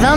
20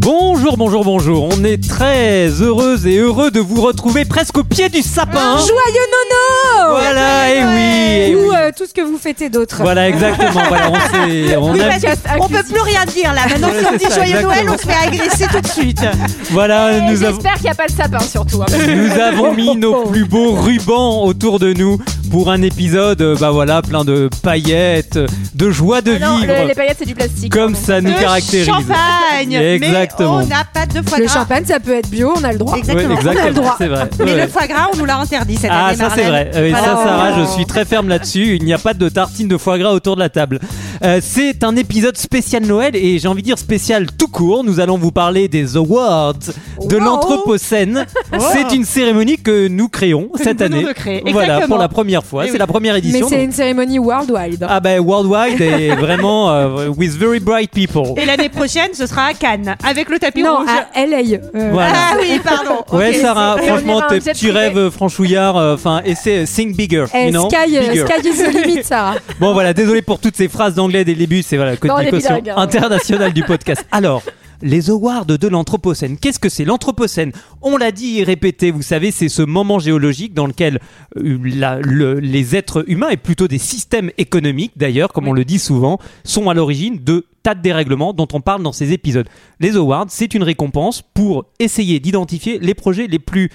Bonjour, bonjour, bonjour. On est très heureuse et heureux de vous retrouver presque au pied du sapin. Joyeux Nono voilà, et oui, eh Ou oui. euh, tout ce que vous fêtez d'autre. Voilà, exactement. voilà, on s'est- on a- On peut plus rien dire là. Maintenant, si on dit c'est ça, joyeux exactement. Noël, on se fait agresser tout de suite. voilà, nous avons. Euh, J'espère qu'il n'y a pas de sapin surtout. hein, parce que Nous avons mis nos plus beaux rubans autour de nous pour un épisode, euh, bah voilà, plein de paillettes, de joie de non, le- les vivre, paillettes c'est du plastique. comme pardon. ça nous Ah Le caractérise. Champagne. Exactement. Mais on n'a pas de foie Le gras. champagne, ça peut être bio, on a le droit. Ouais, Exactement. exactement, On a le droit. c'est vrai. Mais Ouais. le foie gras, on nous l'a interdit cette Ah, année. ça c'est Marlène. vrai. Euh, Et ça, Voilà. Sarah, je suis très ferme là-dessus. Il n'y a pas de tartine de foie gras autour de la table. Euh, c'est un épisode spécial Noël et j'ai envie de dire spécial tout court. Nous allons vous parler des awards de Wow. l'Anthropocène. C'est une cérémonie que nous créons cette nous venons année. de créer. Voilà, Exactement. pour la première fois. C'est la première Mais édition. c'est donc- une cérémonie worldwide. Ah ben worldwide et vraiment euh, with very bright people. Et l'année prochaine, ce sera à Cannes avec le tapis non, rouge. à LA. euh, Voilà. Ah oui, pardon. Ouais Ok. Sarah, c'est- on franchement ira en tes jet petits privé. rêves euh, franchouillards, euh, enfin essaie think bigger, eh, you know, Sky, euh, bigger. Sky is the limit, Sarah. Bon voilà, désolé pour toutes ces phrases d'anglais des débuts, c'est voilà, Non, on la est caution bilingue, hein. internationale du podcast. Alors, les awards de l'Anthropocène, qu'est-ce que c'est l'Anthropocène On l'a dit et répété, vous savez, c'est ce moment géologique dans lequel euh, la- le- les êtres humains, et plutôt des systèmes économiques d'ailleurs, comme on le dit souvent, sont à l'origine de tas de dérèglements dont on parle dans ces épisodes. Les awards, c'est une récompense pour essayer d'identifier les projets les plus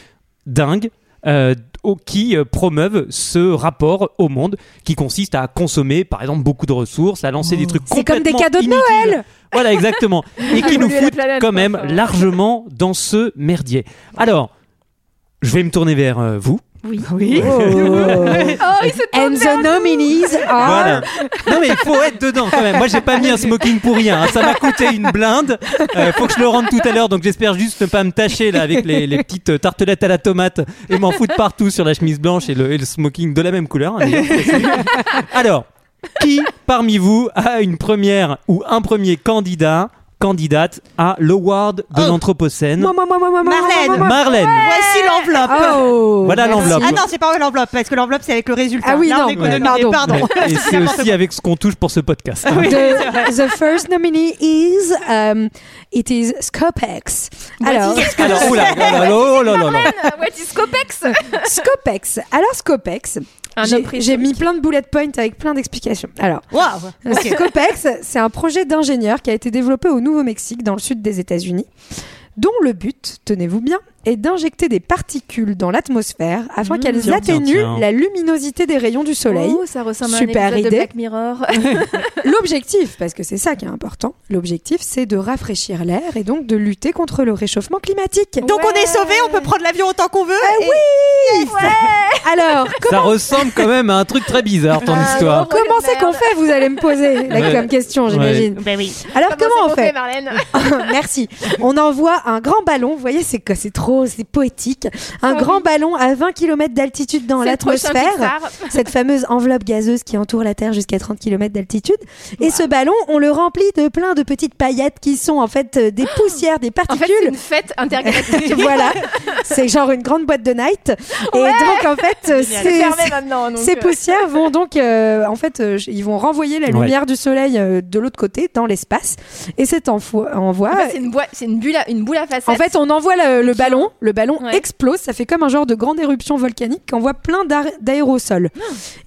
dingues euh, au- qui euh, promeuvent ce rapport au monde qui consiste à consommer par exemple beaucoup de ressources, à lancer des trucs Oh. C'est comme des complètement cadeaux de inutiles. Noël. Voilà exactement et qui nous Évoluer la foutent planète, quand quoi, même enfin. largement dans ce merdier. Alors, je vais me tourner vers euh, vous. Oh, il se And tourne vers the nominees are... Voilà. Non mais il faut être dedans quand même. Moi j'ai pas mis un smoking pour rien. hein. Ça m'a coûté une blinde. Euh, faut que je le rende tout à l'heure. Donc j'espère juste ne pas me tâcher là avec les, les petites tartelettes à la tomate et m'en foutre partout sur la chemise blanche et le, et le smoking de la même couleur. hein, d'ailleurs. Alors, qui parmi vous a une première ou un premier candidat, candidate à l'award de l'Anthropocène Moi, moi, moi, moi, moi, moi, Marlène. moi, moi, moi. Marlène. Voici l'enveloppe. Oh. Voilà l'enveloppe. Ah non, c'est pas l'enveloppe parce que l'enveloppe c'est avec le résultat. Ah oui, Là, on non, économise. pardon. pardon. Et c'est aussi avec ce qu'on touche pour ce podcast. hein. The, the first nominee is... um, it is Scopex. Alors, Alors, oh là là là, oh là là là. Marlène. What is Copex Scopex. Alors, Scopex... J'ai- J'ai mis plein de bullet points avec plein d'explications. Alors, Waouh. Ok. Scopex, c'est un projet d'ingénieur qui a été développé au Nouveau-Mexique, dans le sud des États-Unis, dont le but, tenez-vous bien, est d'injecter des particules dans l'atmosphère Mmh. afin qu'elles Tiens, tiens, atténuent tiens. la luminosité des rayons du soleil. Oh, ça ressemble à un Super épisode idée. de Black Mirror. L'objectif, parce que c'est ça qui est important, l'objectif c'est de rafraîchir l'air et donc de lutter contre le réchauffement climatique. Donc on est Eh sauvé, on peut prendre l'avion autant qu'on veut. Ah Et- oui Alors, Ça ressemble quand même à un truc très bizarre ton Ah Ah, oh, histoire. comment c'est qu'on fait Vous allez me poser la Ouais. comme question, j'imagine. Ben oui. Alors, comment on c'est fait qu'on Marlène Merci. On envoie un grand ballon. Vous voyez, c'est c'est trop, c'est poétique. Un Ah grand ballon à 20 km d'altitude dans C'est le prochain l'atmosphère. Pixar. Cette fameuse enveloppe gazeuse qui entoure la Terre jusqu'à 30 km d'altitude. Et ce ballon, on le remplit de plein de petites paillettes qui sont en fait euh, des poussières, des Ah. En fait, c'est particules. une fête intergalactique. voilà. C'est genre une grande boîte de night. Et donc, en fait, euh, C'est c'est. fermé maintenant. donc, Ces euh, poussières vont donc, euh, en fait, euh, j- ils vont renvoyer la Ouais. lumière du soleil euh, de l'autre côté dans l'espace, et cet enfo- envoi en fait, C'est une, boîte- c'est une bulle à, une boule à facettes. en fait, on envoie le, le ballon, le ballon Ouais. explose, ça fait comme un genre de grande éruption volcanique qui envoie plein d'ar- d'aérosols.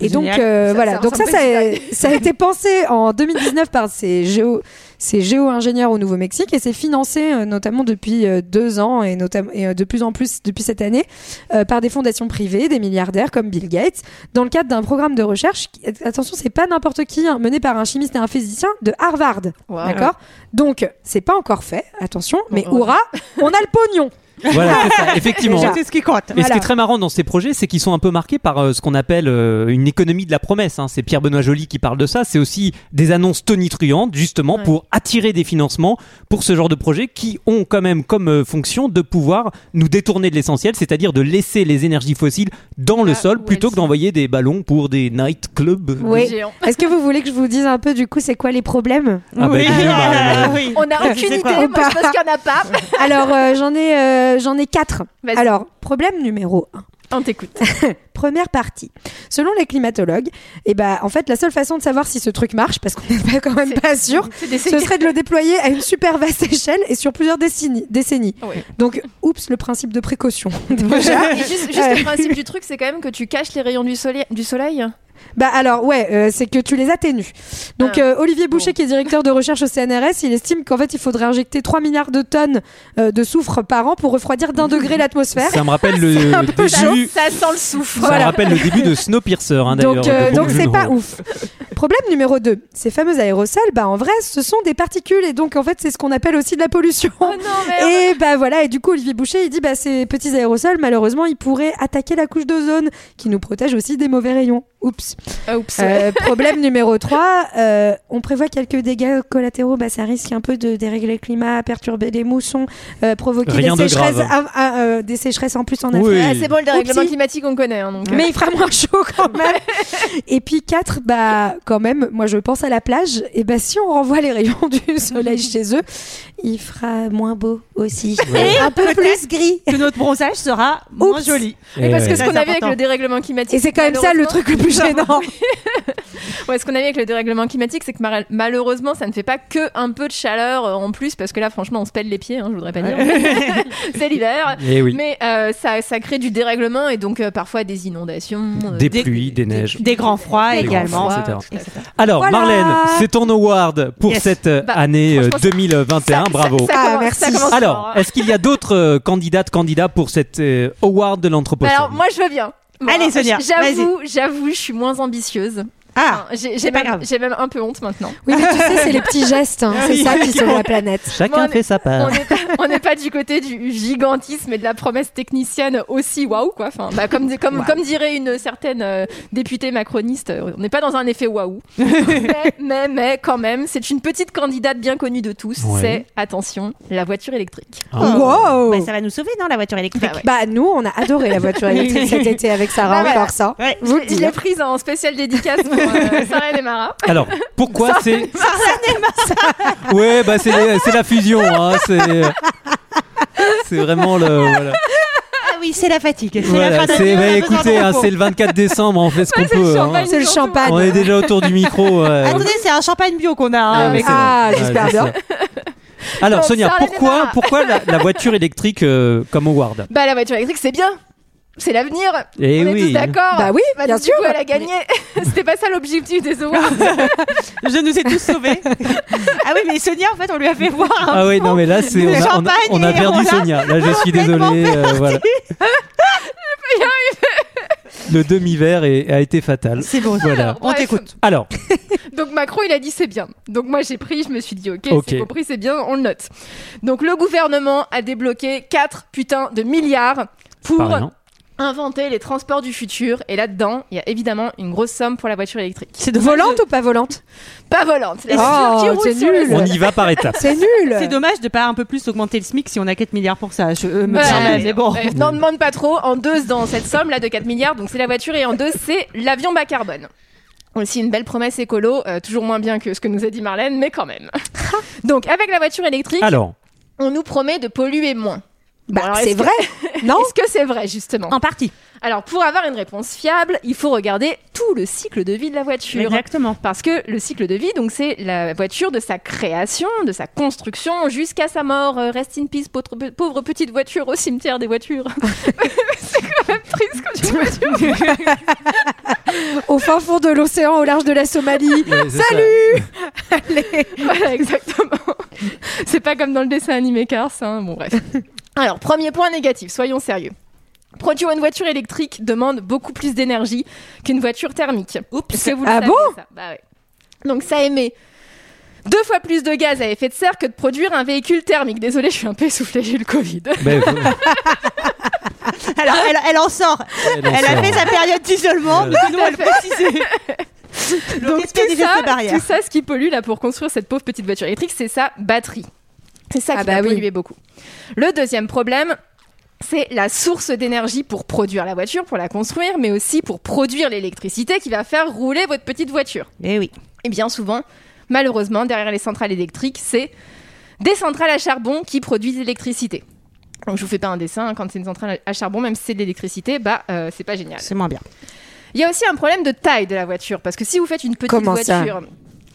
Et donc Génial. euh, Ça- voilà, ça donc ça, ressemble ça, pas à a- ça a été pensé en 2019 par ces géo ces géo-ingénieurs au Nouveau-Mexique et c'est financé euh, notamment depuis euh, deux ans et, notam- et euh, de plus en plus depuis cette année euh, par des fondations privées, des milliardaires comme Bill Gates, dans le cadre d'un programme de recherche. qui- Attention, c'est pas n'importe qui, hein, mené par un chimiste et un physicien de Harvard. Wow. D'accord Donc, c'est pas encore fait, attention, mais heureusement. hurrah, on a le pognon. Voilà, c'est ça, effectivement. C'est ce qui compte. Et ce qui Voilà. est très marrant dans ces projets, c'est qu'ils sont un peu marqués par euh, ce qu'on appelle euh, une économie de la promesse. hein. C'est Pierre Benoît Joly qui parle de ça. C'est aussi des annonces tonitruantes, justement, Ouais. pour attirer des financements pour ce genre de projets qui ont quand même comme euh, fonction de pouvoir nous détourner de l'essentiel, c'est-à-dire de laisser les énergies fossiles dans le Ah, Là sol où plutôt elles que sont. d'envoyer des ballons pour des nightclubs. Oui. Géant. Est-ce que vous voulez que je vous dise un peu du coup c'est quoi les problèmes Ah bah, oui. évidemment, Ah, oui. On n'a Je aucune sais idée, quoi. moi Ou pas. je pense qu'il n'y en a pas. Alors euh, j'en ai euh, j'en ai quatre. Vas-y. Alors problème numéro un. On t'écoute. Première partie. Selon les climatologues, et bah, en fait la seule façon de savoir si ce truc marche parce qu'on n'est pas quand même C'est- pas sûr, C'est des ce serait de le déployer à une super vaste échelle et sur plusieurs décennies. décennies. Ouais. Donc oups le principe de précaution. Déjà. Et juste, juste le principe du truc, c'est quand même que tu caches les rayons du soleil. Du soleil. Bah alors ouais, euh, c'est que tu les atténues. Donc Ah. euh, Olivier Boucher, qui est directeur de recherche au CNRS, il estime qu'en fait il faudrait injecter 3 milliards de tonnes euh, de soufre par an pour refroidir d'un degré l'atmosphère. Ça me rappelle le peu Ça, début. ça sent le soufre. Ça me rappelle le début de Snowpiercer, hein, d'ailleurs. donc euh, de Bong donc c'est Joon-ho. pas ouf. Problème numéro 2, ces fameux aérosols, bah en vrai ce sont des particules et donc en fait c'est ce qu'on appelle aussi de la pollution. Oh non, merde. Et bah voilà, et du coup Olivier Boucher il dit bah ces petits aérosols malheureusement ils pourraient attaquer la couche d'ozone qui nous protège aussi des mauvais rayons. Oups. Ah, oups. Euh, problème numéro 3, on prévoit quelques dégâts collatéraux. Bah, ça risque un peu de dérégler le climat, perturber les moussons, euh, provoquer Rien de des, sécheresses, grave. ah, ah, euh, des sécheresses en plus en Afrique. Oui. Ah, c'est bon, le dérèglement Oupsie. climatique, on connaît. hein, donc, euh. Mais il fera moins chaud quand même. Et puis 4, bah, quand même, moi je pense à la plage. Et bah, si on renvoie les rayons du soleil chez eux, il fera moins beau aussi. Ouais. Un peu plus gris. Que notre bronzage sera moins Oups. joli. Mais parce Et, Eh que ouais. ce Très qu'on avait avec important. le dérèglement climatique. Et c'est quand même ça le malheureusement- truc le plus gênant. Ouais, ce qu'on avait avec le dérèglement climatique, c'est que mar- malheureusement, ça ne fait pas que un peu de chaleur euh, en plus, parce que là, franchement, on se pèle les pieds, hein, je voudrais pas dire. c'est l'hiver. Eh oui. Mais euh, ça, ça crée du dérèglement et donc euh, parfois des inondations. euh, Des des- pluies, des neiges. Des grands froids des grands également. froids, etc. tout à fait. Alors, Voilà. Marlène, c'est ton award pour Yes. cette euh, Bah, année euh, franchement, 2021. Ça- Bravo. ça- ça Ah, commence- merci. ça commence fort, Alors, hein. est-ce qu'il y a d'autres euh, candidates, candidats pour cette euh, award de l'Anthropocène Alors, moi, je veux bien. Bon, Allez, alors, Sonia, J'avoue, j'avoue, je suis moins ambitieuse. Ah, Enfin, j'ai c'est j'ai pas même, grave. j'ai même un peu honte maintenant. Oui, mais tu sais, c'est les petits gestes. hein. C'est Ah Oui. ça qui sauve la planète. Chacun moi, on est- fait sa part. On n'est pas- on n'est pas, du côté du gigantisme et de la promesse technicienne aussi waouh quoi. Enfin, bah, comme, comme, comme dirait une certaine euh, députée macroniste, euh, on n'est pas dans un effet waouh. mais, mais, mais quand même, c'est une petite candidate bien connue de tous. Ouais. C'est attention, la voiture électrique. Ah. Wow. bah, ça va nous sauver, non, la voiture électrique Bah ouais. Bah nous, on a adoré la voiture électrique cet été avec Sarah, Ah, Bah, voilà. encore ça. Ouais. Vous le Je l'ai dire. prise en spécial dédicace pour euh, Sarah et Mara. Alors, pourquoi c'est. Ouais, bah c'est c'est la fusion. hein, c'est- C'est vraiment le. voilà. Ah oui, c'est la fatigue. C'est Voilà, la fin c'est- d'année, on a bah, besoin écoutez, de hein, repos. c'est le 24 décembre, on fait ce qu'on Ah, C'est le peut. hein. champagne. C'est le surtout. champagne. On est déjà autour du micro. ouais. Attendez, c'est un champagne bio qu'on a. hein, Ah, Ouais, mais avec- c'est- Ah, ouais, j'espère c'est bien. ça. Alors, Bon, Sonia, ça, les pourquoi, débats. pourquoi la, la voiture électrique euh, comme Howard Bah la voiture électrique c'est bien. C'est l'avenir. Eh on est oui. tous d'accord. Bah oui, Bah, bien du sûr. coup, elle a gagné. C'était pas ça l'objectif des awards. Je nous ai tous sauvés. ah oui, mais Sonia, en fait, on lui a fait voir. hein. un Ah oui, non, mais là, c'est, Le on, a, on, a, champagne on a et perdu on l'a Sonia. Là, je suis complètement désolé. euh, voilà. Le demi-verre est- a été fatal. C'est bon, Voilà. on Bref. t'écoute. Alors, Donc Macron, il a dit c'est bien. Donc moi j'ai pris, je me suis dit ok, Ok. c'est compris, c'est bien, on le note. Donc le gouvernement a débloqué 4 putains de milliards pour par exemple, inventer les transports du futur. Et là-dedans, il y a évidemment une grosse somme pour la voiture électrique. C'est dommage, Volante ou pas volante Pas volante. La Oh, voiture qui c'est roule sur le nul. sol. on y va par étapes. C'est nul. c'est dommage de pas un peu plus augmenter le SMIC si on a 4 milliards pour ça. Je euh, me Ouais, permets, ouais, mais bon. ouais. N'en demande pas trop. En deux, dans cette somme là de 4 milliards, donc c'est la voiture et en deux, c'est l'avion bas carbone. Aussi une belle promesse écolo, euh, toujours moins bien que ce que nous a dit Marlène, mais quand même. donc avec la voiture électrique, Alors, on nous promet de polluer moins. Bah, Bon, alors, c'est est-ce que- vrai. Non Est-ce que c'est vrai, justement En partie. Alors, pour avoir une réponse fiable, il faut regarder tout le cycle de vie de la voiture. Exactement. Parce que le cycle de vie, donc c'est la voiture de sa création, de sa construction jusqu'à sa mort. Euh, Rest in peace, pauvre, pauvre petite voiture au cimetière des voitures. c'est quand même triste quand tu vois. Au fin fond de l'océan, au large de la Somalie. Bah, ouais, c'est ça. Voilà, exactement. C'est pas comme dans le dessin animé Cars, hein. bon bref. Alors, premier point négatif, soyons sérieux. Produire une voiture électrique demande beaucoup plus d'énergie qu'une voiture thermique. Oups. Ah bon ça Bah ouais. Donc ça émet deux fois plus de gaz à effet de serre que de produire un véhicule thermique. Désolée, je suis un peu essoufflée, j'ai eu le Covid. Ben, Alors, elle, elle en sort. en elle a sort. fait sa période d'isolement. Voilà. Nous, on va le préciser. Donc respect tout des ça, gestes barrières. tout ça, ce qui pollue là pour construire cette pauvre petite voiture électrique, c'est sa batterie. C'est ça Ah qui bah va oui. polluer beaucoup. Le deuxième problème, c'est la source d'énergie pour produire la voiture, pour la construire, mais aussi pour produire l'électricité qui va faire rouler votre petite voiture. Mais Eh oui. Et bien souvent, malheureusement, derrière les centrales électriques, c'est des centrales à charbon qui produisent l'électricité. Donc je vous fais pas un dessin, hein, quand c'est une centrale à charbon, même si c'est de l'électricité, bah euh, c'est pas génial. C'est moins bien. Il y a aussi un problème de taille de la voiture, parce que si vous faites une petite Comment ça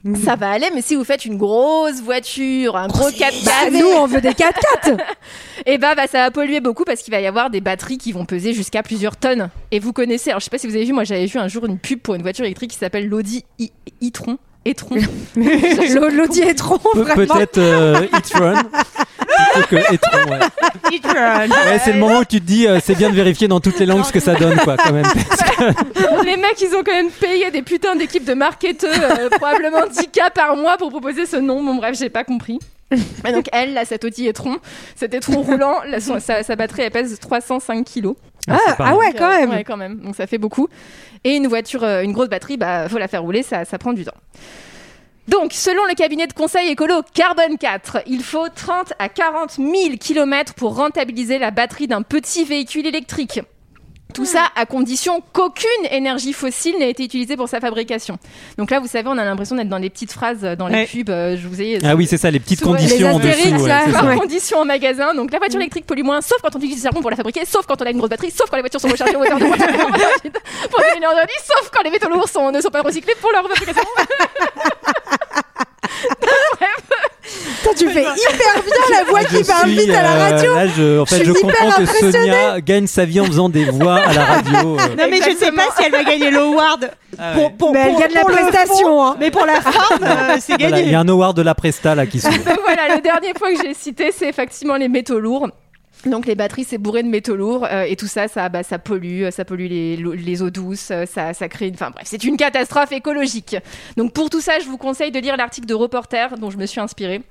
Hmm. voiture, ça va aller, mais si vous faites une grosse voiture, un gros 4 Bah, nous, on veut des 4x4 et bah, bah, ça va polluer beaucoup parce qu'il va y avoir des batteries qui vont peser jusqu'à plusieurs tonnes. Et vous connaissez, alors je sais pas si vous avez vu, moi j'avais vu un jour une pub pour une voiture électrique qui s'appelle l'Audi i- e-tron. E-tron. L'au- L'Audi est trop, Pe- vraiment. Peut-être euh, It's Run. plutôt que It's Run, ouais. It run. Ouais, c'est le moment où tu te dis, euh, c'est bien de vérifier dans toutes les langues ce que ça donne, quoi, quand même. Les mecs, ils ont quand même payé des putains d'équipes de marketeurs, euh, probablement 10K par mois pour proposer ce nom. Bon, bref, j'ai pas compris. Et donc, elle, là, cet Audi étron, cet étron roulant, là, son- sa, sa batterie, elle pèse 305 kilos. Ah, c'est pas ah mal. ouais, quand Euh, même. ouais, quand même. Donc ça fait beaucoup. Et une voiture, euh, une grosse batterie, bah faut la faire rouler, ça, ça prend du temps. Donc, selon le cabinet de conseil écolo Carbone 4, il faut 30 à 40 000 km pour rentabiliser la batterie d'un petit véhicule électrique. Tout ça à condition qu'aucune énergie fossile n'ait été utilisée pour sa fabrication. Donc là, vous savez, on a l'impression d'être dans les petites phrases, euh, dans les Ouais. pubs. euh, Je vous ai. Ah oui, c'est ça, les petites Sous- les conditions en astérix, dessous. ouais, là. c'est Mm. ça. Par Ouais. condition en magasin, donc la voiture électrique pollue moins, sauf quand on utilise du charbon pour la fabriquer, sauf quand on a une grosse batterie, sauf quand les voitures sont rechargées au moteur de voiture pour donner une heure de vie, sauf quand les métaux lourds sont- ne sont pas recyclés pour leur fabrication. Putain, tu fais hyper bien la voix qui Je parle suis, vite à la euh, radio. là, je, en fait, Je je, suis hyper comprends que impressionnée. Sonia gagne sa vie en faisant des voix à la radio. euh. Non, mais je sais pas si elle va gagner l'award. pour- pour- Mais elle pour- gagne la pour le prestation. fond. hein. Mais pour la forme, euh, c'est Voilà, il y gagné. a un award de la Presta là qui s'ouvre. Donc voilà, le dernier point que j'ai cité, c'est effectivement les métaux lourds. Donc les batteries, c'est bourré de métaux lourds euh, et tout ça, ça, bah, ça pollue, euh, ça pollue les, l'eau- les eaux douces, euh, ça, ça crée une... Enfin bref, c'est une catastrophe écologique. Donc pour tout ça, je vous conseille de lire l'article de Reporter dont je me suis inspirée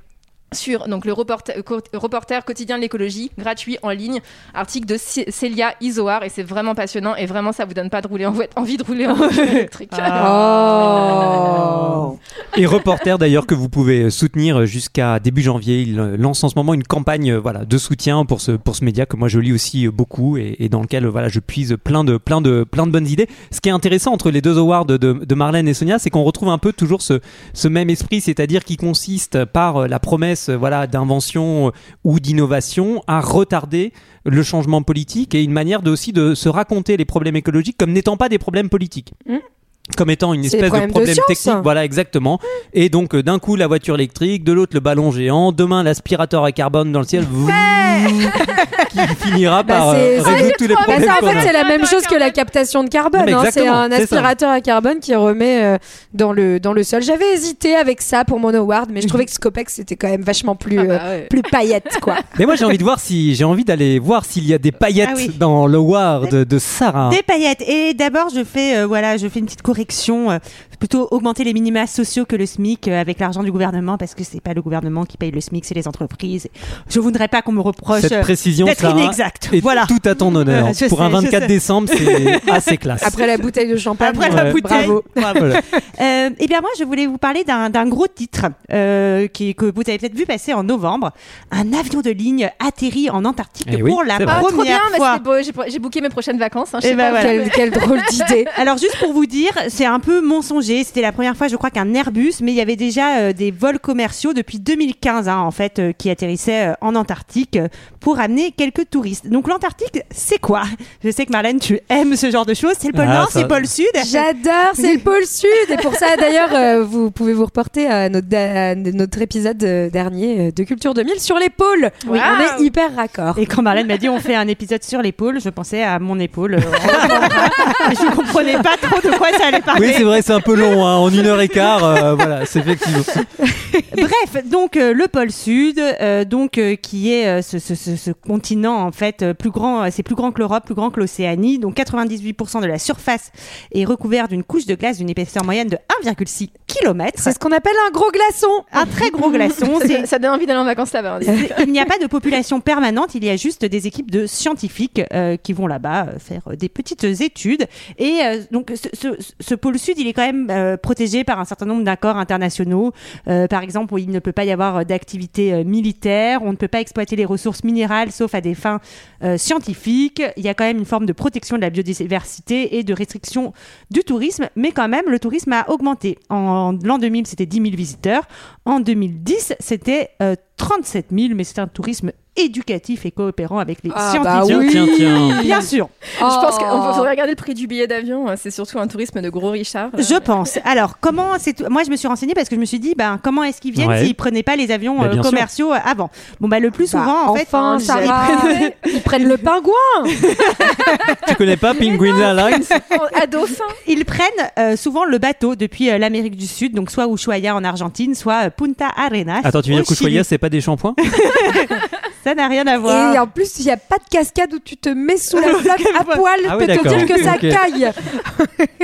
sur donc le reporter, euh, co- reporter quotidien de l'écologie gratuit en ligne article de C- Célia Isoar et c'est vraiment passionnant et vraiment ça vous donne pas de rouler en voit- envie de rouler en voiture électrique Ah Ah. Oh. Et reporter d'ailleurs que vous pouvez soutenir jusqu'à début janvier. Il euh, lance en ce moment une campagne euh, voilà, de soutien pour ce, pour ce média que moi je lis aussi euh, beaucoup et, et dans lequel euh, voilà, je puise plein de, plein, de, plein de bonnes idées. Ce qui est intéressant entre les deux awards de, de Marlène et Sonia, c'est qu'on retrouve un peu toujours ce, ce même esprit, c'est-à-dire qui consiste par euh, la promesse euh, voilà, d'invention euh, ou d'innovation à retarder le changement politique et une manière de, aussi de se raconter les problèmes écologiques comme n'étant pas des problèmes politiques. Mm. Comme étant une C'est des espèce problèmes de de problème science. hein. technique, voilà exactement. Et donc euh, d'un coup la voiture électrique, de l'autre le ballon géant, demain l'aspirateur à carbone dans le ciel, qui finira Bah, par euh, c'est- résoudre tous les trop Bah, problèmes. ça, en qu'on a. fait, c'est la même chose que la captation de carbone. Mais hein. C'est exactement, un c'est ça. aspirateur à carbone qui remet euh, dans, le, dans le sol. J'avais hésité avec ça pour mon award, mais je trouvais que Scopex c'était quand même vachement plus, Ah bah euh, ouais. plus paillette, quoi. Mais moi j'ai envie de voir si j'ai envie d'aller voir s'il y a des paillettes Ah oui. dans le war de, de Sarah. Des paillettes. Et d'abord, je fais euh, voilà, je fais une petite correction. euh, plutôt augmenter les minima sociaux que le SMIC euh, avec l'argent du gouvernement, parce que c'est pas le gouvernement qui paye le SMIC, c'est les entreprises. Je voudrais pas qu'on me reproche Cette euh, précision d'être Sarah, inexacte. est Voilà. tout à ton honneur. Euh, je Pour sais, un je 24 sais. décembre, c'est assez classe. Après la bouteille de champagne. Après la euh, bouteille. Bravo. Voilà. Euh, eh bien moi, je voulais vous parler d'un d'un gros titre euh, qui, que vous avez peut-être vu passer en novembre. Un avion de ligne atterrit en Antarctique Eh oui, pour la c'est vrai. Ah, première trop bien, mais fois. c'est beau, j'ai- j'ai booké mes prochaines vacances. hein, je Eh sais ben pas, voilà. mais- Quelle, quelle drôle d'idée. Alors juste pour vous dire, c'est un peu mensonger. C'était la première fois, je crois, qu'un Airbus, mais il y avait déjà euh, des vols commerciaux depuis 2015, hein, en fait, euh, qui atterrissaient euh, en Antarctique euh, pour amener quelques touristes. Donc l'Antarctique, c'est quoi Je sais que Marlène, tu aimes ce genre de choses. C'est le pôle Ah, Nord, ça- c'est le pôle Sud. J'adore, c'est le pôle sud. Et pour ça, d'ailleurs, euh, vous pouvez vous reporter à notre, da- à notre épisode euh, dernier euh, de Culture 2000 sur les pôles. Oui. On est Waouh. hyper raccord. Et quand Marlène m'a dit on fait un épisode sur l'épaule, je pensais à mon épaule. Euh, je comprenais pas trop de quoi ça fallait parler. Oui, c'est vrai, c'est un peu long, hein, en une heure et quart. euh, voilà, c'est effectivement. Bref, donc euh, le pôle sud, euh, donc euh, qui est euh, ce, ce- ce- ce continent en fait euh, plus grand, euh, c'est plus grand que l'Europe, plus grand que l'Océanie. Donc 98% de la surface est recouverte d'une couche de glace d'une épaisseur moyenne de 1,6 km. C'est ce qu'on appelle un gros glaçon. Un très gros glaçon. c'est- Ça donne envie d'aller en vacances là-bas. on dit. c'est- Il n'y a pas de population permanente, il y a juste des équipes de scientifiques euh, qui vont là-bas euh, faire euh, des petites études. Et euh, donc ce, ce- ce pôle sud, il est quand même euh, protégé par un certain nombre d'accords internationaux. Euh, par exemple, il ne peut pas y avoir euh, d'activité euh, militaire, on ne peut pas exploiter les ressources minérales sauf à des fins euh, scientifiques. Il y a quand même une forme de protection de la biodiversité et de restriction du tourisme, mais quand même, le tourisme a augmenté. En l'an 2000, c'était 10 000 visiteurs. En 2010, c'était euh, 37 000, mais c'est un tourisme éducatif et coopérant avec les Ah, bah scientifiques. Tiens, oui. tiens, tiens. Bien sûr, Je pense qu'il Oh. faut regarder le prix du billet d'avion. hein, C'est surtout un tourisme de gros Richard. je pense. Alors, comment c'est tout- Moi, je me suis renseignée parce que je me suis dit, ben, comment est-ce qu'ils viennent Ouais. s'ils prenaient pas les avions Bah, euh, bien sûr. commerciaux euh, avant Bon, bah, le plus souvent, en fait, enfin, ils- Sarah, ils prennent le pingouin. Tu connais pas Penguin Airlines Euh, à Dauphin. Ils prennent euh, souvent le bateau depuis euh, l'Amérique du Sud, donc soit Ushuaia en Argentine, soit euh, Punta Arenas. Attends, tu au viens de Couchoya, Chili. c'est pas des shampoings Ça n'a rien à voir. Et en plus, il n'y a pas de cascade où tu te mets sous la flamme à poil. Ah Je oui, peux te d'accord. dire que ça Ok. Ah, caille.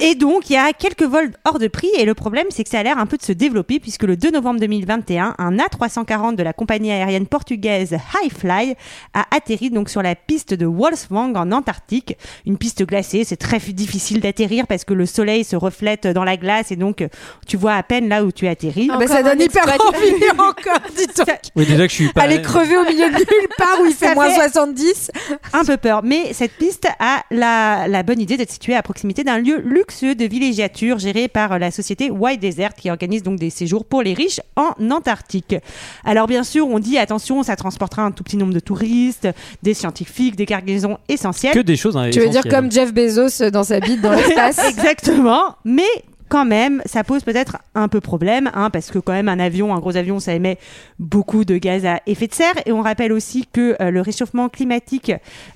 Et donc, il y a quelques vols hors de prix. Et le problème, c'est que ça a l'air un peu de se développer, puisque le 2 novembre 2021, un A340 de la compagnie aérienne portugaise Highfly a atterri donc sur la piste de Wolfswang en Antarctique. Une piste glacée, c'est très difficile d'atterrir parce que le soleil se reflète dans la glace et donc euh, tu vois à peine là où tu atterris. Bah, ça Encore un donne hyper exploit. envie encore, bah, dis donc. Oui, déjà que je suis pas. Aller crever au milieu de nulle part où il fait Ça moins fait- 70. un peu peur, mais cette piste a la, la bonne idée d'être située à proximité d'un lieu luxueux de villégiature géré par euh, la société White Desert qui organise donc des séjours pour les riches en Antarctique. Alors bien sûr, on dit attention, ça transportera un tout petit nombre de touristes, des scientifiques, des cargaisons essentielles. Que des choses. hein, Tu veux dire essentielles. comme Jeff Bezos dans sa bite dans l'espace Exactement, mais quand même, ça pose peut-être un peu problème, hein, parce que quand même un avion, un gros avion, ça émet beaucoup de gaz à effet de serre. Et on rappelle aussi que euh, le réchauffement climatique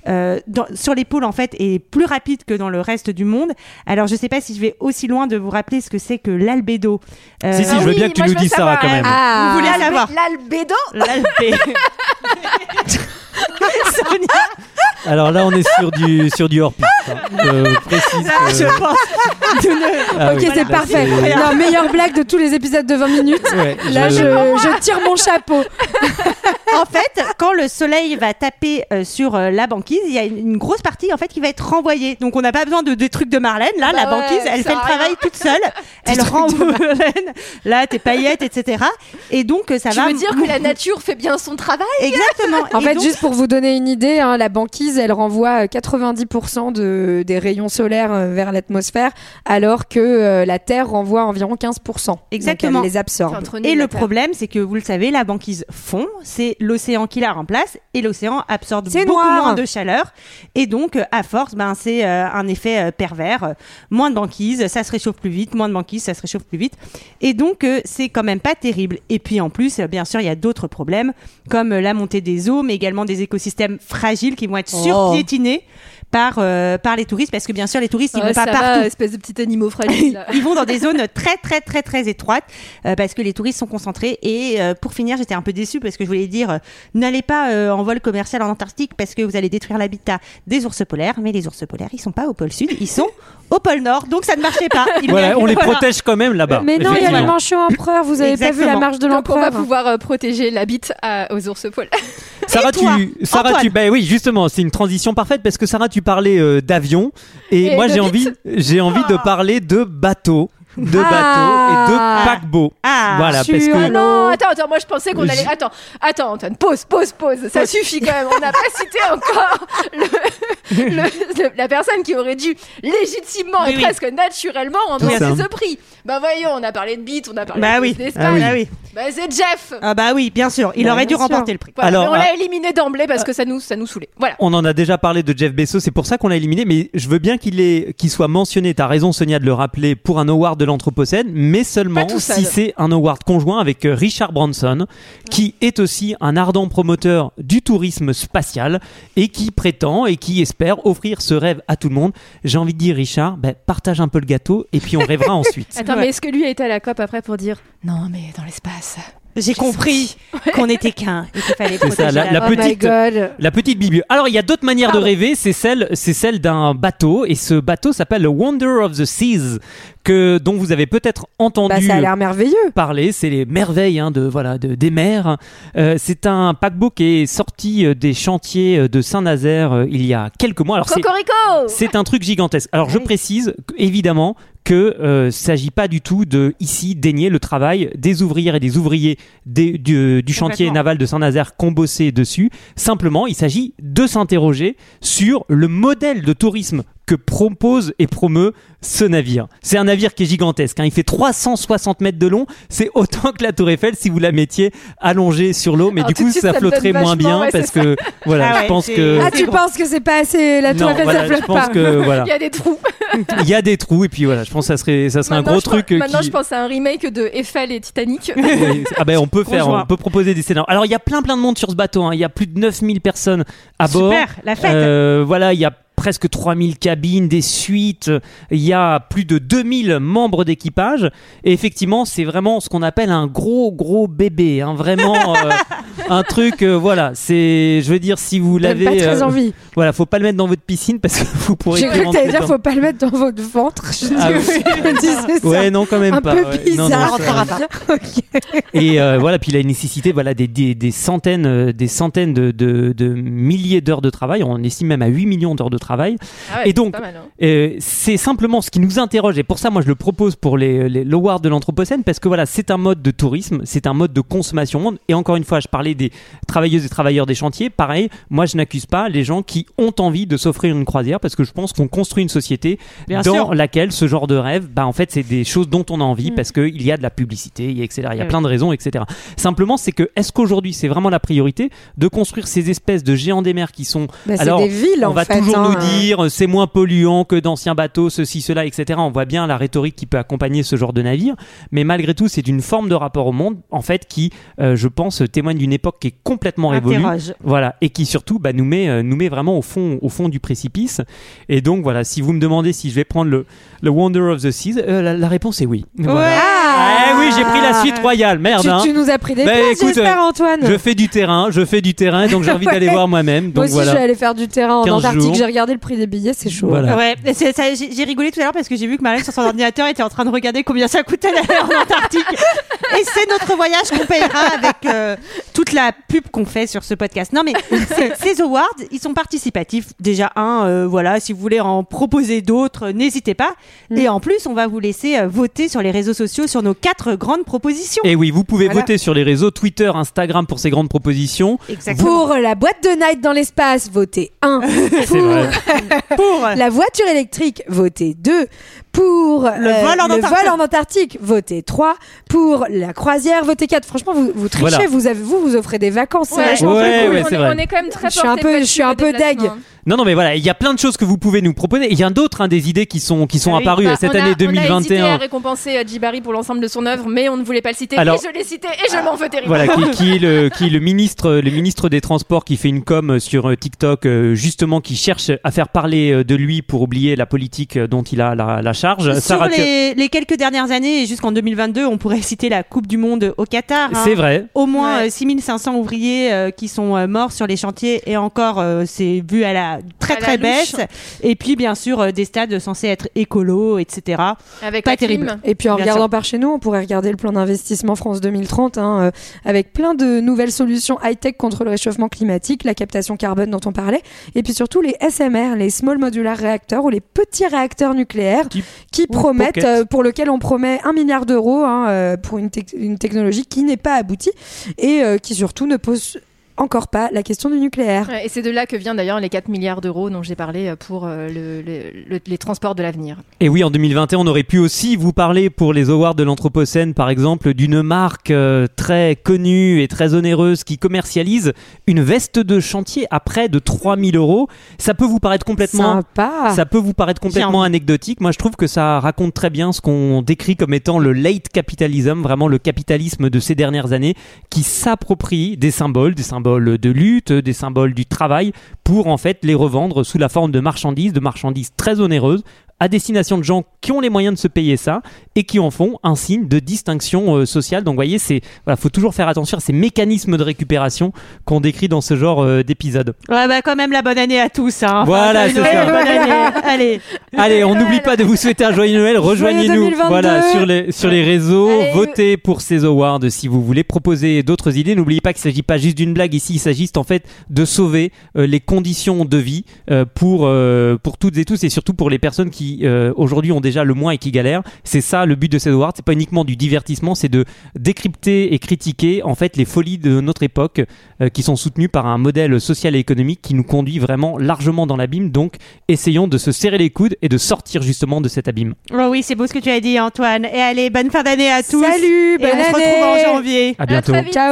euh, dans- sur les pôles en fait est plus rapide que dans le reste du monde. Alors je sais pas si je vais aussi loin de vous rappeler ce que c'est que l'albédo. Euh, Si, si, Ah je veux oui, bien que tu moi, nous je veux dises Sarah savoir, quand hein. même. Ah, Vous voulez la savoir L'albédo L'albé. Sonia, Alors là, on est sur du, sur du hors-piste. hein. Je précise. là, que- Ah, je pense. Nous ne- Ah ok, oui, c'est là, parfait. c'est- Non, meilleure blague de tous les épisodes de 20 minutes. Ouais, Là, je, je- je tire mon chapeau. en fait, quand le soleil va taper euh, sur euh, la banquise, il y a une, une grosse partie en fait qui va être renvoyée. Donc on n'a pas besoin de des trucs de Marlène. Là, la Bah ouais, banquise, elle ça fait le sert à rien. travail toute seule. elle renvoie là tes paillettes, etc. Et donc euh, ça Tu va. veux dire que la nature fait bien son travail Exactement. En Et fait, donc, juste pour vous donner une idée, hein, la banquise, elle renvoie euh, 90% de, des rayons solaires euh, vers l'atmosphère, alors que euh, la Terre renvoie environ 15%. Donc, Exactement. elle les absorbe. Entre nous Et le Terre. problème, c'est que vous le savez, la banquise fond, c'est l'océan qui la remplace, et l'océan absorbe C'est beaucoup noir. moins de chaleur, et donc euh, à force, ben c'est euh, un effet euh, pervers. Euh, Moins de banquise, ça se réchauffe plus vite. Moins de banquise, ça se réchauffe plus vite. Et donc euh, c'est quand même pas terrible. Et puis en plus, euh, bien sûr, il y a d'autres problèmes comme euh, la montée des eaux, mais également des écosystèmes fragiles qui vont être Oh. surpiétinés par euh, par les touristes, parce que bien sûr, les touristes ils vont Ouais, pas ça va, partout. espèce de petit animaux fragile. là. Ils vont dans des zones très très très très étroites euh, parce que les touristes sont concentrés. Et euh, pour finir, j'étais un peu déçue parce que je voulais dire euh, n'allez pas euh, en vol commercial en Antarctique parce que vous allez détruire l'habitat des ours polaires. Mais les ours polaires, ils sont pas au pôle sud, ils sont au pôle nord, donc ça ne marchait pas. Ils- Voilà, on les voilà. protège quand même là-bas. Mais non, il y a le Ah, effectivement. manchot empereur. Vous avez pas vu la Exactement. marche de Donc on l'empereur va pouvoir euh, protéger la bite à- aux ours polaires. Sarah, Et toi, tu, Sarah, Antoine tu, bah oui, justement, c'est une transition parfaite parce que Sarah, tu parlais euh, d'avion et, Et moi de j'ai vite. envie, j'ai envie de parler de bateau, de Ah. bateau et de paquebot. Ah, voilà, parce sur que l'eau. Non, attends, attends, moi je pensais qu'on Je- allait. Attends, attends, Antoine, pause, pause, pause. Ça suffit quand même. On n'a pas cité encore le- le- le- la personne qui aurait dû légitimement et Oui, oui. presque naturellement en Tout ça. demander ce prix. Bah voyons, on a parlé de bite, on a parlé Bah de oui. d'espace. Ah oui. Bah, c'est Jeff Ah bah oui, bien sûr, il Bah, aurait dû bien sûr. remporter le prix. Voilà, Alors, mais on ah. l'a éliminé d'emblée parce que ça nous, ça nous saoulait. Voilà. On en a déjà parlé de Jeff Bezos, c'est pour ça qu'on l'a éliminé, mais je veux bien qu'il ait- qu'il soit mentionné, t'as raison Sonia de le rappeler, pour un award de l'Anthropocène, mais seulement Pas tout seul. si c'est un award conjoint avec euh, Richard Branson, qui est aussi un ardent promoteur du tourisme spatial et qui prétend et qui espère offrir ce rêve à tout le monde. J'ai envie de dire, Richard, ben, partage un peu le gâteau et puis on rêvera ensuite. Attends, Ouais. mais est-ce que lui a été à la COP après pour dire non, mais dans l'espace J'ai compris qu'on était qu'un et qu'il fallait C'est protéger ça, la- la Terre. oh my petite- god. La petite bibliothèque. Alors, il y a d'autres manières de rêver. C'est celle, c'est celle d'un bateau. Et ce bateau s'appelle le Wonder of the Seas, que, dont vous avez peut-être Bah, entendu ça a l'air merveilleux. parler. C'est les merveilles hein, de, voilà, de, des mers. Euh, c'est un paquebot qui est sorti euh, des chantiers euh, de Saint-Nazaire euh, il y a quelques mois. Alors, c'est, Cocorico c'est un truc gigantesque. Alors, je précise, que- évidemment, que euh, s'agit pas du tout de ici dénier le travail des ouvrières et des ouvriers des- du, euh, du chantier Complètement. naval de Saint-Nazaire qu'ont bossé dessus. Simplement, il s'agit de s'interroger sur le modèle de tourisme que propose et promeut ce navire. C'est un navire qui est gigantesque. hein. Il fait 360 mètres de long. C'est autant que la Tour Eiffel si vous la mettiez allongée sur l'eau. Mais Alors, du tout coup, de suite, ça, ça me donne flotterait moins vachement, bien ouais, parce c'est que voilà, Ah ouais, je pense c'est- que Ah, tu gros. penses que c'est pas assez. La tour Euh, Non, Eiffel, voilà, ça je flotte pense pas. que voilà Il y a des trous. il y a des trous et puis voilà je pense que ça serait ça serait un Maintenant, gros je pense- truc euh, Maintenant, qui- je pense à un remake de Eiffel et Titanic. Oui, c'est- ah ben on peut faire Conjoint. on peut proposer des scénarios alors il y a plein plein de monde sur ce bateau hein. il y a plus de 9000 personnes à bord Super, la fête. Euh, voilà il y a presque 3000 cabines des suites il y a plus de 2000 membres d'équipage et effectivement c'est vraiment ce qu'on appelle un gros gros bébé hein. vraiment euh, un truc euh, voilà c'est je veux dire si vous J'avais l'avez pas très euh, envie. voilà faut pas le mettre dans votre piscine parce que vous pourrez J'ai y cru que rentrer t'allais dire dedans. faut pas le mettre dans votre ventre. Je Ah me oui. disais ça. Ouais, non, quand même Un pas. peu ouais. Non, non, bizarre. ça- Ok. et euh, voilà, puis il a une nécessité, voilà, des, des, des centaines, euh, des centaines de, de, de milliers d'heures de travail. On estime même à 8 millions d'heures de travail. Ah ouais, Et donc, c'est pas mal, hein. Euh, c'est simplement ce qui nous interroge, et pour ça, moi, je le propose pour les, les l'award de l'Anthropocène, parce que voilà, c'est un mode de tourisme, c'est un mode de consommation. Et encore une fois, je parlais des travailleuses et travailleurs des chantiers. Pareil, moi, je n'accuse pas les gens qui ont envie de s'offrir une croisière, parce que je pense qu'on construit une société Bien dans sûr. laquelle ce genre de rêve, bah, en fait, c'est des choses dont on a envie, parce qu'il y a de la publicité, il y a, etc. Il y a Mm. plein de raisons, etc. Simplement, c'est que, est-ce qu'aujourd'hui, c'est vraiment la priorité de construire ces espèces de géants des mers qui sont Bah, c'est Alors, des villes on en va fait. toujours hein. nous dire euh, c'est moins polluant que d'anciens bateaux, ceci, cela, etc. On voit bien la rhétorique qui peut accompagner ce genre de navire, mais malgré tout, c'est une forme de rapport au monde, en fait, qui, euh, je pense, témoigne d'une époque qui est complètement révolue. Interroge. Voilà, et qui surtout bah, nous, met, euh, nous met vraiment au fond, au fond du précipice. Et donc, voilà, si vous me demandez si je vais prendre le, le Wonder of the Seas, euh, la, la réponse est oui. Voilà. Ah, Eh oui, j'ai pris la suite royale, merde. Tu, hein. tu nous as pris des Bah, places, écoute, j'espère, Antoine. Je fais du terrain, je fais du terrain, donc j'ai envie d'aller Ouais. voir moi-même. Donc Moi aussi, voilà. je vais aller faire du terrain en 15 Antarctique. jours. J'ai regardé le prix des billets, c'est chaud. Voilà. Ouais, mais c'est- ça, j'ai j'ai rigolé tout à l'heure parce que j'ai vu que Marlène sur son ordinateur était en train de regarder combien ça coûtait d'aller en Antarctique. Et c'est notre voyage qu'on payera avec euh, toute la pub qu'on fait sur ce podcast. Non mais ces- ces awards, ils sont participatifs. Déjà un, euh, voilà, si vous voulez en proposer d'autres, euh, n'hésitez pas. Et en plus, on va vous laisser euh, voter sur les réseaux sociaux sur nos quatre grandes propositions. Et oui, vous pouvez Voilà. voter sur les réseaux Twitter, Instagram pour ces grandes propositions. Pour la boîte de night dans l'espace, votez 1. C'est vrai. Pour La voiture électrique, votez 2. Pour euh, vol en le Antarctique. vol en Antarctique, votez 3. Pour la croisière, votez 4. Franchement, vous, vous trichez, Voilà. vous, avez, vous, vous offrez des vacances. c'est Ouais, vachement Ouais, plus on est- cool. ouais, c'est vrai. on est quand même très Je suis un porté peu- par je le suis un peu déplacement. deg. Non, non, mais voilà, il y a plein de choses que vous pouvez nous proposer. Il y en a d'autres, hein, des idées qui sont, qui sont Ah oui, apparues Bah, euh, cette on a- année On a hésité 2021. à récompenser euh, Djibari pour l'ensemble de son œuvre, mais on ne voulait pas le citer. Alors- et je l'ai cité et je m'en veux terriblement. Voilà, qui, qui est le, qui est le ministre, le ministre des Transports qui fait une com sur euh, TikTok, euh, justement, qui cherche à faire parler euh, de lui pour oublier la politique euh, dont il a la, la charge. sur Sarah Thur- les, les quelques dernières années et jusqu'en 2022, on pourrait citer la Coupe du Monde au Qatar. hein. C'est vrai. Au moins Ouais. euh, 6500 ouvriers euh, qui sont euh, morts sur les chantiers et encore euh, c'est vu à la très À la très louche. baisse. Et puis bien sûr euh, des stades censés être écolos, etc. Avec Pas la clim. terrible. Et puis en Bien regardant par chez nous, on pourrait regarder le plan d'investissement France 2030 hein, euh, avec plein de nouvelles solutions high-tech contre le réchauffement climatique, la captation carbone dont on parlait, et puis surtout les SMR, les Small Modular Reactors ou les petits réacteurs nucléaires Qui- qui, ou promettent, Pocket. euh, pour lequel on promet un milliard d'euros hein, euh, pour une, tec- une technologie qui n'est pas aboutie et euh, qui surtout ne pose encore pas la question du nucléaire. Ouais, Et c'est de là que vient d'ailleurs les 4 milliards d'euros dont j'ai parlé euh, pour euh, le- le- le- les transports de l'avenir. Et oui, en 2021, on aurait pu aussi vous parler pour les awards de l'Anthropocène, par exemple, d'une marque euh, très connue et très onéreuse qui commercialise une veste de chantier à près de 3000 euros. Ça peut vous paraître complètement... Sympa. Ça peut vous paraître complètement anecdotique. Moi, je trouve que ça raconte très bien ce qu'on décrit comme étant le late capitalism, vraiment le capitalisme de ces dernières années, qui s'approprie des symboles, des symboles de lutte, des symboles du travail, pour en fait les revendre sous la forme de marchandises, de marchandises très onéreuses, à destination de gens qui ont les moyens de se payer ça et qui en font un signe de distinction euh, sociale. Donc, vous voyez, c'est voilà, faut toujours faire attention à ces mécanismes de récupération qu'on décrit dans ce genre euh, d'épisode. Ouais, bah quand même la bonne année à tous. Hein. Voilà, une c'est nouvelle ça. bonne année. Allez, Allez, on n'oublie pas de vous souhaiter un joyeux Noël. Rejoignez-nous 2022. voilà, sur, les, sur les réseaux. Allez, Votez pour ces awards si vous voulez proposer d'autres idées. N'oubliez pas qu'il ne s'agit pas juste d'une blague ici. Il s'agit en fait de sauver euh, les conditions de vie euh, pour, euh, pour toutes et tous et surtout pour les personnes qui euh, aujourd'hui ont déjà le moins et qui galèrent. C'est ça le but de ces awards. C'est pas uniquement du divertissement, c'est de décrypter et critiquer en fait les folies de notre époque euh, qui sont soutenues par un modèle social et économique qui nous conduit vraiment largement dans l'abîme. Donc, essayons de se serrer les coudes et de sortir justement de cet abîme. oh oui, c'est beau ce que tu as dit, Antoine. Et allez, bonne fin d'année à tous. Salut, Et bonne on se année. retrouve en janvier. À bientôt. très vite. Ciao.